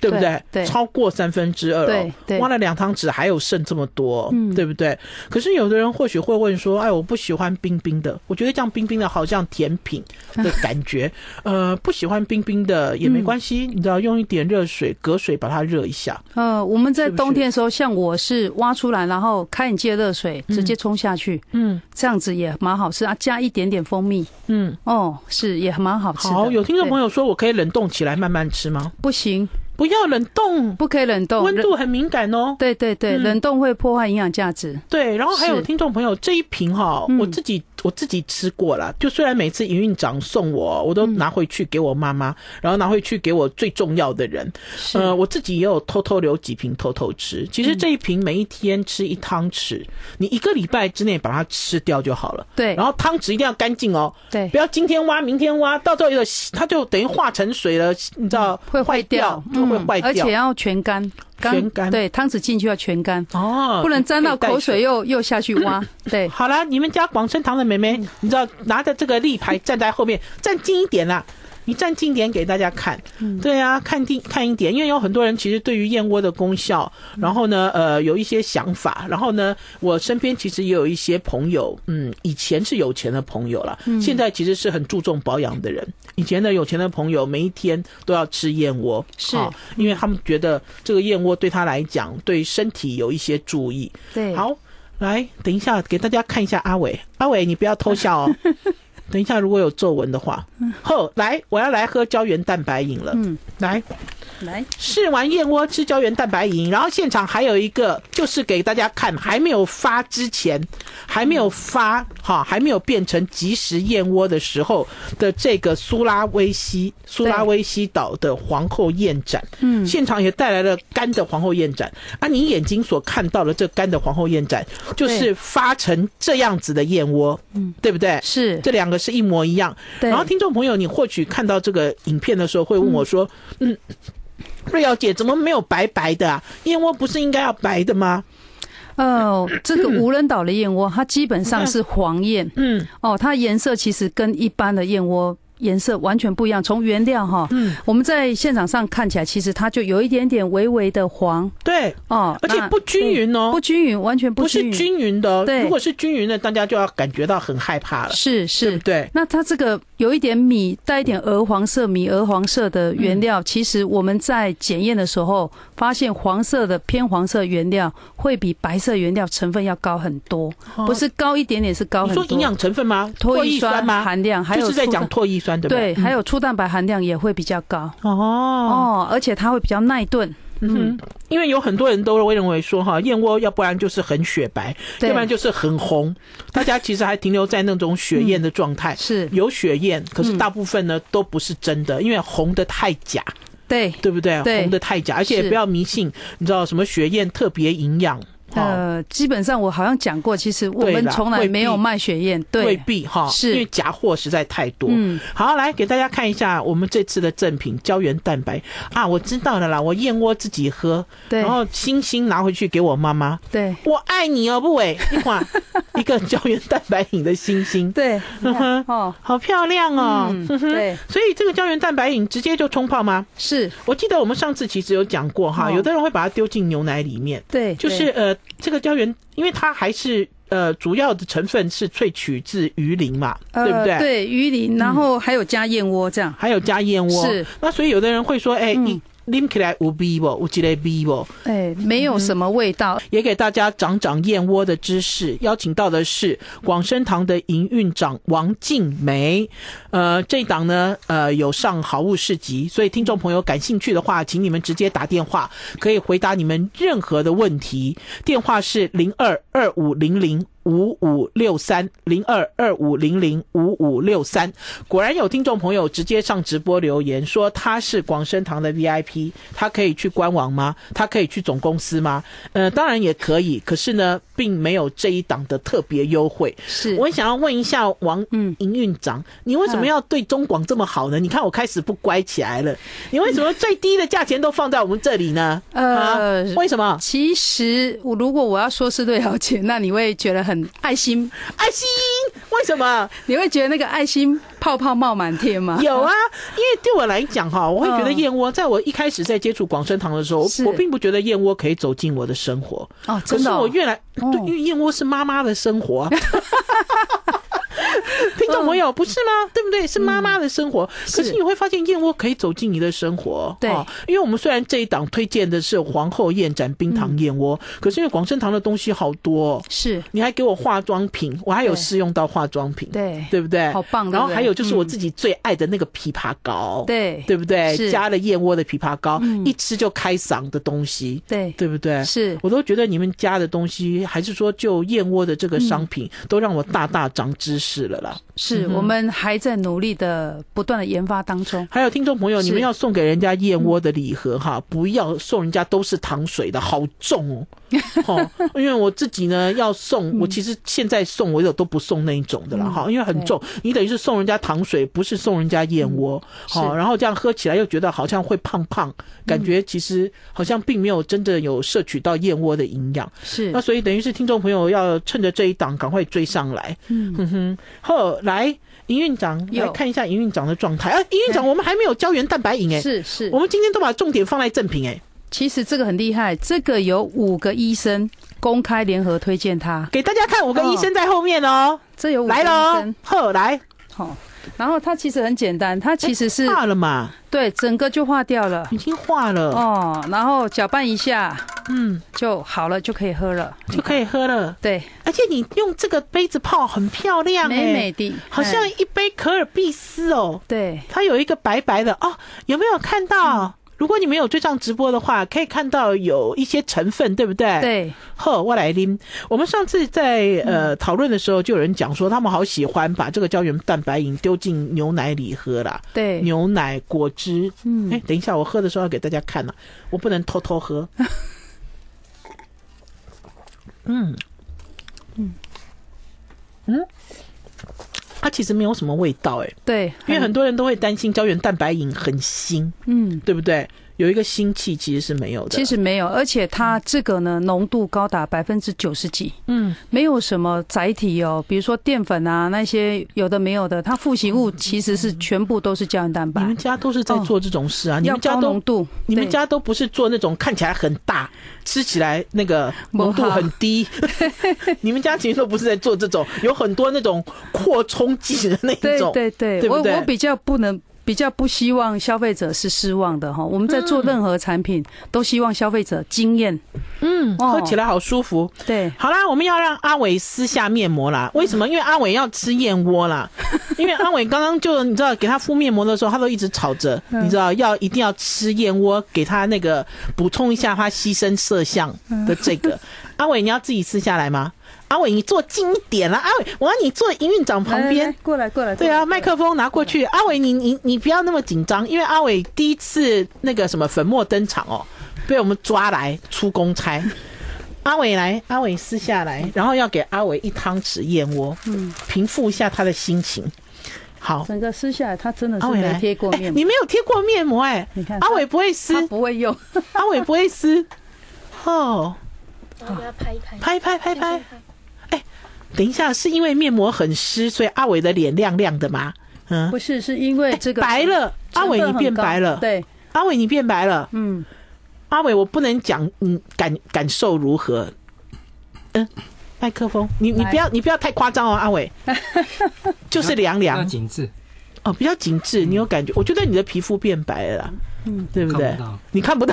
Speaker 1: 对不对？
Speaker 2: 对对
Speaker 1: 超过三分之二、哦，
Speaker 2: 对对嗯
Speaker 1: 挖了两汤匙，还有剩这么多，对不对？可是有的人或许会问说：“哎，我不喜欢冰冰的，我觉得这样冰冰的好像甜品 的感觉。呃，不喜欢冰冰的也没关系，你知道，用一点热水、隔水把它热一下。
Speaker 2: 呃，我们在
Speaker 1: 是不是
Speaker 2: 冬天的时候，像我是挖出来，然后开眼界热水直接冲下去，
Speaker 1: 嗯
Speaker 2: 这样子也蛮好吃啊，加一点点蜂蜜，
Speaker 1: 嗯，
Speaker 2: 哦，是也蛮好吃的。
Speaker 1: 好。有听众朋
Speaker 2: 友
Speaker 1: 友说，我可以冷冻起来慢慢吃吗？
Speaker 2: 不行，
Speaker 1: 不要冷冻，
Speaker 2: 不可以冷冻，
Speaker 1: 温
Speaker 2: 冷
Speaker 1: 度很敏感哦。
Speaker 2: 对对对，
Speaker 1: 嗯
Speaker 2: 冷冻会破坏营养价值。
Speaker 1: 对，然后还有
Speaker 2: 是
Speaker 1: 听众朋友，这一瓶哈，
Speaker 2: 嗯
Speaker 1: 我自己我自己吃过了。就虽然每次营运长送我，我都拿回去给我妈妈，然后拿回去给我最重要的人。
Speaker 2: 嗯是，嗯
Speaker 1: 呃，我自己也有偷偷留几瓶偷偷吃。其实这一瓶每一天吃一汤匙，你一个礼拜之内把它吃掉就好了。
Speaker 2: 对
Speaker 1: 然后汤匙一定要干净哦，
Speaker 2: 对
Speaker 1: 不，要今天挖明天挖，到最后一个它就等于化成水了，你知道
Speaker 2: 会
Speaker 1: 坏
Speaker 2: 掉，
Speaker 1: 就会
Speaker 2: 嗯
Speaker 1: 坏
Speaker 2: 而
Speaker 1: 掉
Speaker 2: 且。要全干，刚
Speaker 1: 全干
Speaker 2: 对汤匙进去要全干，
Speaker 1: 哦，
Speaker 2: 不能沾到
Speaker 1: 可以带
Speaker 2: 口水又又下去 挖。对，嗯
Speaker 1: 好啦，你们家广生堂的妹妹，你知道拿着这个立牌站在后面，站近一点啦。你站近一点给大家看，
Speaker 2: 嗯
Speaker 1: 对啊，看近看一点，因为有很多人其实对于燕窝的功效，
Speaker 2: 嗯
Speaker 1: 然后呢，呃，有一些想法，然后呢，我身边其实也有一些朋友，嗯，以前是有钱的朋友啦，
Speaker 2: 嗯
Speaker 1: 现在其实是很注重保养的人。以前的有钱的朋友，每一天都要吃燕窝，
Speaker 2: 是
Speaker 1: 啊因为他们觉得这个燕窝对他来讲，对身体有一些注意，
Speaker 2: 对，
Speaker 1: 好，来，等一下给大家看一下阿伟，阿伟你不要偷笑 哦。等一下如果有皱纹的话，后来我要来喝胶原蛋白饮了。
Speaker 2: 嗯，
Speaker 1: 来
Speaker 2: 来，
Speaker 1: 试完燕窝吃胶原蛋白饮，然后现场还有一个就是给大家看，还没有发之前，还没有发哈，还没有变成即食燕窝的时候的这个苏拉威西苏拉威西岛的皇后燕盏。
Speaker 2: 嗯，
Speaker 1: 现场也带来了干的皇后燕盏啊！你眼睛所看到的这干的皇后燕盏，就是发成这样子的燕窝，嗯，对不对？
Speaker 2: 是，
Speaker 1: 这两个是一模一样。
Speaker 2: 对
Speaker 1: 然后听众朋友，你或许看到这个影片的时候，会问我说：“嗯，瑞瑶姐怎么没有白白的啊？燕窝不是应该要白的吗
Speaker 2: 哦，这个无人岛的燕窝，它基本上是黄燕？”。
Speaker 1: 嗯，
Speaker 2: 哦，它颜色其实跟一般的燕窝颜色完全不一样，从原料哈，嗯，我们在现场上看起来，其实它就有一点点微微的黄
Speaker 1: 对，
Speaker 2: 哦，
Speaker 1: 而且
Speaker 2: 那
Speaker 1: 不均匀哦
Speaker 2: 不均匀，完全
Speaker 1: 不
Speaker 2: 均
Speaker 1: 是
Speaker 2: 匀，
Speaker 1: 均匀的哦。
Speaker 2: 对
Speaker 1: 如果是均匀的，大家就要感觉到很害怕了，
Speaker 2: 是
Speaker 1: 对
Speaker 2: 是
Speaker 1: 不。对？
Speaker 2: 那它这个有一点米，带一点鹅黄色、米鹅黄色的原料，
Speaker 1: 嗯
Speaker 2: 其实我们在检验的时候发现，黄色的偏黄色原料会比白色原料成分要高很多，不是高一点点，是高
Speaker 1: 哦你
Speaker 2: 很
Speaker 1: 说
Speaker 2: 多。
Speaker 1: 营养成分吗？唾
Speaker 2: 脱
Speaker 1: 液
Speaker 2: 液
Speaker 1: 酸
Speaker 2: 酸
Speaker 1: 吗？
Speaker 2: 含量还有
Speaker 1: 就是在
Speaker 2: 醋
Speaker 1: 讲
Speaker 2: 的
Speaker 1: 唾液酸，对不对？
Speaker 2: 对，
Speaker 1: 嗯
Speaker 2: 还有粗蛋白含量也会比较高
Speaker 1: 哦
Speaker 2: 哦，而且它会比较耐炖。
Speaker 1: 嗯，因为有很多人都会认为说哈，燕窝要不然就是很雪白，
Speaker 2: 对
Speaker 1: 要不然就是很红，大家其实还停留在那种雪
Speaker 2: 嗯
Speaker 1: 燕的状态。
Speaker 2: 是
Speaker 1: 有雪燕，可
Speaker 2: 嗯
Speaker 1: 是大部分呢、都不是真的，因为红的太假，
Speaker 2: 对，
Speaker 1: 对不对？
Speaker 2: 对
Speaker 1: 红的太假，而且也
Speaker 2: 是
Speaker 1: 不要迷信，你知道什么雪燕特别营养哈，
Speaker 2: 呃，基本上我好像讲过，其实我
Speaker 1: 对
Speaker 2: 们
Speaker 1: 啦
Speaker 2: 从
Speaker 1: 未
Speaker 2: 来
Speaker 1: 必
Speaker 2: 没有卖雪燕，
Speaker 1: 未
Speaker 2: 对，
Speaker 1: 必哈，
Speaker 2: 是
Speaker 1: 因为假货实在太多。
Speaker 2: 嗯，
Speaker 1: 好，来给大家看一下我们这次的赠品胶原蛋白啊，我知道了啦，我燕窝自己喝，
Speaker 2: 对
Speaker 1: 然后星星拿回去给我妈妈。
Speaker 2: 对
Speaker 1: 我爱你哦，不伟， 哇，一个胶原蛋白饮的星星，
Speaker 2: 对，你看哦，
Speaker 1: 好漂亮哦。
Speaker 2: 嗯，对，
Speaker 1: 所以这个胶原蛋白饮直接就冲泡吗？
Speaker 2: 是，
Speaker 1: 我记得我们上次其实有讲过哈，
Speaker 2: 哦
Speaker 1: 有的人会把它丢进牛奶里面，
Speaker 2: 对，
Speaker 1: 就是呃，这个胶原，因为它还是呃主要的成分是萃取自鱼鳞嘛，
Speaker 2: 呃
Speaker 1: 对不对？
Speaker 2: 对，嗯鱼鳞，然后还有加燕窝这样。
Speaker 1: 还有加燕窝，
Speaker 2: 是。
Speaker 1: 那所以有的人会说，哎、
Speaker 2: 嗯
Speaker 1: 你拎起来无逼不，有几类逼不？
Speaker 2: 哎，没有什么味道。
Speaker 1: 也给大家长长燕窝的知识。邀请到的是广生堂的营运长王静梅。呃，这一档呢，呃，有上好物市集，所以听众朋友感兴趣的话，请你们直接打电话，可以回答你们任何的问题。电话是零二二五零零。五五六三零二二五零零五五六三，果然有听众朋友直接上直播留言说他是广生堂的 VIP，他可以去官网吗？他可以去总公司吗？呃，当然也可以，可是呢，并没有这一档的特别优惠。
Speaker 2: 是
Speaker 1: 我想要问一下王
Speaker 2: 嗯
Speaker 1: 营运长，你为什么要对中广这么好呢？你看我开始不乖起来了，你为什么最低的价钱都放在我们这里呢？
Speaker 2: 呃
Speaker 1: 啊为什么？
Speaker 2: 其实，我如果我要说是对了解，那你会觉得很爱心，
Speaker 1: 爱心？为什么？
Speaker 2: 你会觉得那个爱心泡泡冒满天吗？
Speaker 1: 有啊，因为对我来讲哈，我会觉得
Speaker 2: 嗯
Speaker 1: 燕窝，在我一开始在接触广生堂的时候，
Speaker 2: 是
Speaker 1: 我并不觉得燕窝可以走进我的生活。可
Speaker 2: 哦，真
Speaker 1: 是
Speaker 2: 的哦、
Speaker 1: 我越来，
Speaker 2: 哦
Speaker 1: 对，因为燕窝是妈妈的生 活啊。听众朋友，不是吗？对不对？是妈妈的生活。可是
Speaker 2: 嗯是
Speaker 1: 你会发现，燕窝可以走进你的生活。
Speaker 2: 对
Speaker 1: 哦因为我们虽然这一档推荐的是皇后燕盏冰糖燕窝，
Speaker 2: 嗯
Speaker 1: 可是因为广生堂的东西好多、哦，
Speaker 2: 是
Speaker 1: 你还给我化妆品，我还有
Speaker 2: 对
Speaker 1: 试用到化妆品，
Speaker 2: 对
Speaker 1: 对不对？
Speaker 2: 好棒对不对
Speaker 1: 然后还有就是我
Speaker 2: 嗯
Speaker 1: 自己最爱的那个枇杷膏，
Speaker 2: 对
Speaker 1: 对不对？
Speaker 2: 是嗯
Speaker 1: 加了燕窝的枇杷膏，一吃就开嗓的东西，
Speaker 2: 对
Speaker 1: 对不对？
Speaker 2: 是
Speaker 1: 我都觉得你们家的东西，还是说就燕窝的这个商品，
Speaker 2: 嗯
Speaker 1: 都让我大大长知识了啦。
Speaker 2: 是，我们还在努力的不断的研发当中。
Speaker 1: 还有听众朋友，
Speaker 2: 是嗯
Speaker 1: 你 们要送给人家燕窝的礼盒哈，不要送人家都是糖水的，好重哦。哦，因为我自己呢要
Speaker 2: 嗯
Speaker 1: 送，我其实现在送我有都不送那一种的了哈，因为很重，你等于是送人家糖水，不是送人家燕窝，好、
Speaker 2: 嗯是嗯
Speaker 1: 然后这样喝起来又觉得好像会胖胖，感觉其实好像并没有真的有摄取到燕窝的营养。
Speaker 2: 是
Speaker 1: 那所以等于是听众朋友要趁着这一档赶快追上来。嗯哼，后来营运长来
Speaker 2: 有
Speaker 1: 看一下营运长的状态。啊，营运长，我们还没有胶原蛋白饮哎、
Speaker 2: 是是
Speaker 1: 我，们今天都把重点放在正品哎、
Speaker 2: 其实这个很厉害，这个有五个医生公开联合推荐他，
Speaker 1: 给大家看，我跟医生在后面哦，
Speaker 2: 这有五个
Speaker 1: 来
Speaker 2: 医
Speaker 1: 喽
Speaker 2: 生，，
Speaker 1: 呵，来，
Speaker 2: 好、然后它其实很简单，它其实是、
Speaker 1: 化了嘛，
Speaker 2: 对整个就化掉了
Speaker 1: 已经化了，
Speaker 2: 哦，然后搅拌一下
Speaker 1: 嗯，
Speaker 2: 就好了，就可以喝了。
Speaker 1: 就可以喝了。
Speaker 2: 对，
Speaker 1: 而且你用这个杯子泡很漂亮、哎，
Speaker 2: 美美的，
Speaker 1: 好像
Speaker 2: 哎
Speaker 1: 一杯可尔必斯哦，
Speaker 2: 对
Speaker 1: 它有一个白白的哦，有没有看到？如果你们有追上直播的话，可以看到有一些成分，对不对？。
Speaker 2: 对
Speaker 1: 呵，我来拎。我们上次在呃讨论的时候，就有人讲说，他们好喜欢把这个胶原蛋白饮丢进牛奶里喝啦。
Speaker 2: 对，
Speaker 1: 牛奶、果汁。嗯，哎，等一下，我喝的时候要给大家看呢、我不能偷偷喝。嗯嗯嗯，它其实没有什么味道哎、
Speaker 2: 对，
Speaker 1: 因为很多人都会担心胶原蛋白饮很腥，
Speaker 2: 嗯。
Speaker 1: 对不对？有一个腥气其实是没有的。
Speaker 2: 其实没有，而且它这个呢浓度高达百分之九十几，
Speaker 1: 嗯，
Speaker 2: 没有什么载体哦，比如说淀粉啊那些有的没有的，它复形物其实是全部都是胶原蛋
Speaker 1: 嗯你
Speaker 2: 白
Speaker 1: 们，家都是在做这种事啊？你
Speaker 2: 哦要
Speaker 1: 们家
Speaker 2: 高浓
Speaker 1: 都
Speaker 2: 度，
Speaker 1: 你们
Speaker 2: 对
Speaker 1: 家都不是做那种看起来很大，吃起来那个浓度
Speaker 2: 不好
Speaker 1: 很 低。你们家其实都不是在做这种，有很多那种扩充剂的那一种。
Speaker 2: 对
Speaker 1: 对
Speaker 2: 对对，
Speaker 1: 不
Speaker 2: 我
Speaker 1: 对
Speaker 2: 我比较不能。比较不希望消费者是失望的哈，我们在做任何产品、都希望消费者惊艳，
Speaker 1: 嗯，
Speaker 2: 哦
Speaker 1: 喝起来好舒服。
Speaker 2: 对，
Speaker 1: 好啦，我们要让阿伟撕下面膜啦。为什么？因为阿伟要吃燕窝 啦。因为阿伟刚刚就你知道，给他敷面膜的时候，他都一直吵着，
Speaker 2: 嗯
Speaker 1: 你知道要一定要吃燕窝，给他那个补充一下他牺牲摄像
Speaker 2: 嗯
Speaker 1: 的这个。阿伟，你要自己撕下来吗？阿伟，你坐近一点啦！阿伟，我要你坐营运长旁边。
Speaker 2: 过来过来，
Speaker 1: 对啊，麦克风拿过去。阿伟，你你你不要那么紧张，因为阿伟第一次那个什么粉墨登场哦，被我们抓来出公 差。阿伟来，阿伟撕下来，然后要给阿伟一汤匙燕窝，嗯，平复一下他的心情。好，
Speaker 2: 整个撕下来，它真的是
Speaker 1: 阿伟
Speaker 2: 没
Speaker 1: 来，
Speaker 2: 贴过
Speaker 1: 哎
Speaker 2: 面膜，
Speaker 1: 你没有贴过面膜哎、
Speaker 2: 你看
Speaker 1: 阿伟不会
Speaker 2: 它
Speaker 1: 撕，
Speaker 2: 不 会用，
Speaker 1: 阿伟不会撕。哦，
Speaker 3: 然后给它拍一拍，
Speaker 1: 拍拍拍拍。等一下，是因为面膜很湿，所以阿伟的脸亮亮的吗？嗯，
Speaker 2: 不是是因为这个
Speaker 1: 哎白了，阿
Speaker 2: 成分
Speaker 1: 伟你
Speaker 2: 很
Speaker 1: 变
Speaker 2: 高
Speaker 1: 白了。
Speaker 2: 对，
Speaker 1: 阿伟，你变白了。
Speaker 2: 嗯，
Speaker 1: 阿伟，我不能讲，嗯，感感受如何？嗯，麦克风，你你
Speaker 2: 来
Speaker 1: 不要你不要太夸张哦，阿伟，就是凉
Speaker 4: 要
Speaker 1: 凉
Speaker 4: 紧致，
Speaker 1: 哦，比较紧致，你有感觉？我觉得你的皮肤变白了啦，嗯，对不对
Speaker 4: 看不到？
Speaker 1: 你看不到，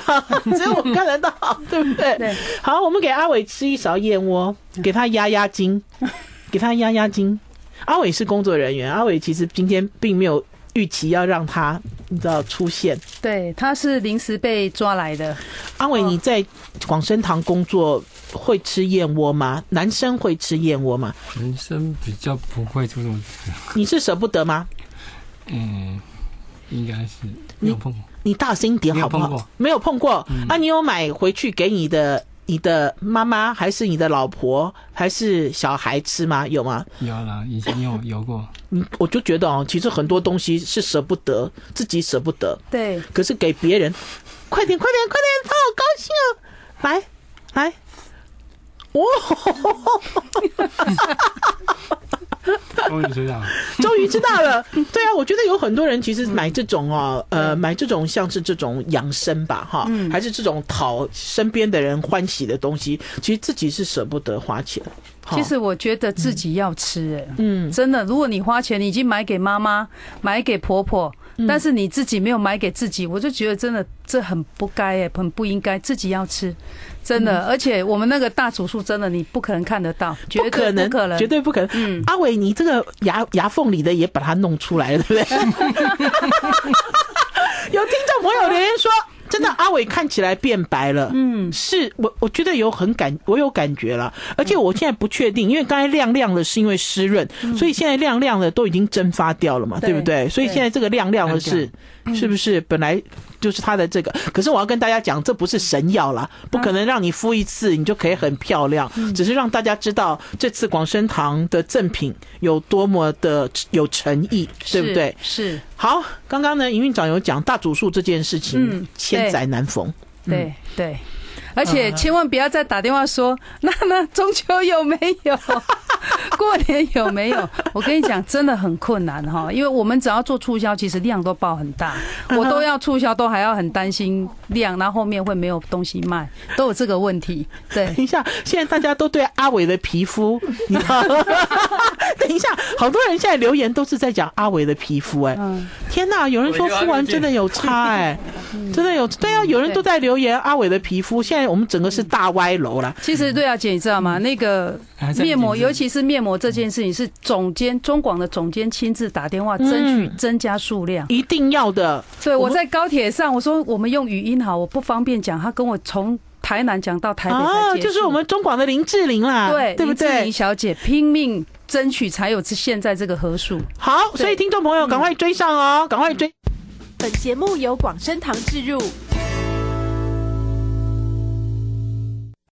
Speaker 1: 只有我看得到，对不对
Speaker 2: 对？
Speaker 1: 好，我们给阿伟吃一勺燕窝，给他压压惊，给他压压惊。阿伟是工作人员，阿伟其实今天并没有预期要让他你知道出现。
Speaker 2: 对，它是临时被抓来的，
Speaker 1: 阿伟，
Speaker 2: 哦
Speaker 1: 你在广生堂工作会吃燕窝吗？男生会吃燕窝吗？
Speaker 4: 人生比较不会这种，
Speaker 1: 你是舍不得吗？
Speaker 4: 嗯，应该是没有碰过，
Speaker 1: 你大声一点好不
Speaker 4: 没有碰
Speaker 1: 好
Speaker 4: 过？嗯
Speaker 1: 没有碰过、啊，你有买回去给你的你的妈妈还是你的老婆还是小孩吃吗？有吗？
Speaker 4: 有啦，以前有 有过，
Speaker 1: 你我就觉得哦，其实很多东西是舍不得，自己舍不得，
Speaker 2: 对，
Speaker 1: 可是给别人，快点快点快点，他好高兴哦！来来，哦。
Speaker 4: 终于知道了，
Speaker 1: 终于知道了。对啊，我觉得有很多人其实买这种哦，呃，买这种像是这种养生吧，哈，
Speaker 2: 嗯
Speaker 1: 还是这种讨身边的人欢喜的东西，其实自己是舍不得花钱。哈
Speaker 2: 其，实我觉得自己要吃、哎
Speaker 1: 嗯，
Speaker 2: 真的，如果你花钱，你已经买给妈妈、买给婆婆，
Speaker 1: 嗯
Speaker 2: 但是你自己没有买给自己，我就觉得真的这很不该哎、很不应该，自己要吃，真
Speaker 1: 嗯
Speaker 2: 的。而且我们那个大主数，真的你不可能看得到，绝
Speaker 1: 不
Speaker 2: 对
Speaker 1: 可能，
Speaker 2: 不可能，
Speaker 1: 绝对不可能。
Speaker 2: 嗯
Speaker 1: 阿伟，你这个牙牙缝里的也把它弄出来了，对 不对？有听众朋友留言说，真的阿伟看起来变白了。嗯，是我我觉得有很感，我有感觉了。而且我现在不确定， 因为刚才亮亮的是因为湿润，所以现在亮亮的都已经蒸发掉了嘛，
Speaker 2: 嗯对
Speaker 1: 对不对？所以
Speaker 2: 对
Speaker 1: 现在这个亮亮的
Speaker 4: 亮
Speaker 1: 是
Speaker 4: 亮
Speaker 1: 是不是？本来就是它的这个，可是我要跟大家讲，这不是神药啦，
Speaker 2: 嗯
Speaker 1: 不可能让你敷一次你就可以很漂亮，只是让大家知道这次广生堂的赠品有多么的有诚意，对不对？
Speaker 2: 是，是
Speaker 1: 好，刚刚呢，营运长有讲大主数这件事情
Speaker 2: 嗯，
Speaker 1: 千载难逢。
Speaker 4: 嗯
Speaker 2: 对对。而
Speaker 4: 啊
Speaker 2: 且千万不要再打电话说， 那那中秋有没 有？过年有没有？我跟你讲，真的很困难哈，因为我们只要做促销，其实量都爆很大，
Speaker 4: 嗯
Speaker 2: 我都要促销，都还要很担心量，然后后面会没有东西卖，都有这个问题。对，
Speaker 1: 等一下，现在大家都对阿伟的皮 肤，你知道？ 等一下，好多人现在留言都是在讲阿伟的皮肤、哎、
Speaker 2: 嗯，
Speaker 1: 天哪！有人说敷完真的有差、哎，
Speaker 2: 嗯
Speaker 1: 真的有，对啊，有人都在留言阿伟的皮肤。现在我们整个是大歪楼啦，
Speaker 2: 其实瑞瑶姐，你知道吗？那个
Speaker 4: 嗯还在
Speaker 2: 面膜，
Speaker 4: 竞争
Speaker 2: 尤其是面膜这件事情，是总监中广的总监亲自打电话争取
Speaker 1: 嗯
Speaker 2: 增加数量。
Speaker 1: 一定要的。
Speaker 2: 对，
Speaker 1: 我
Speaker 2: 我
Speaker 1: 们
Speaker 2: 在高铁上，我说我们用语音好，我不方便讲。他跟我从台南讲到台北才
Speaker 1: 啊，
Speaker 2: 结束
Speaker 1: 就是我们中广的林志玲啦，
Speaker 2: 对
Speaker 1: 对不
Speaker 2: 林志玲
Speaker 1: 对？
Speaker 2: 小姐拼命争取才有这现在这个合数。
Speaker 1: 好，所以听众朋友赶快追上哦，赶快追。
Speaker 5: 本节目由广生堂置入，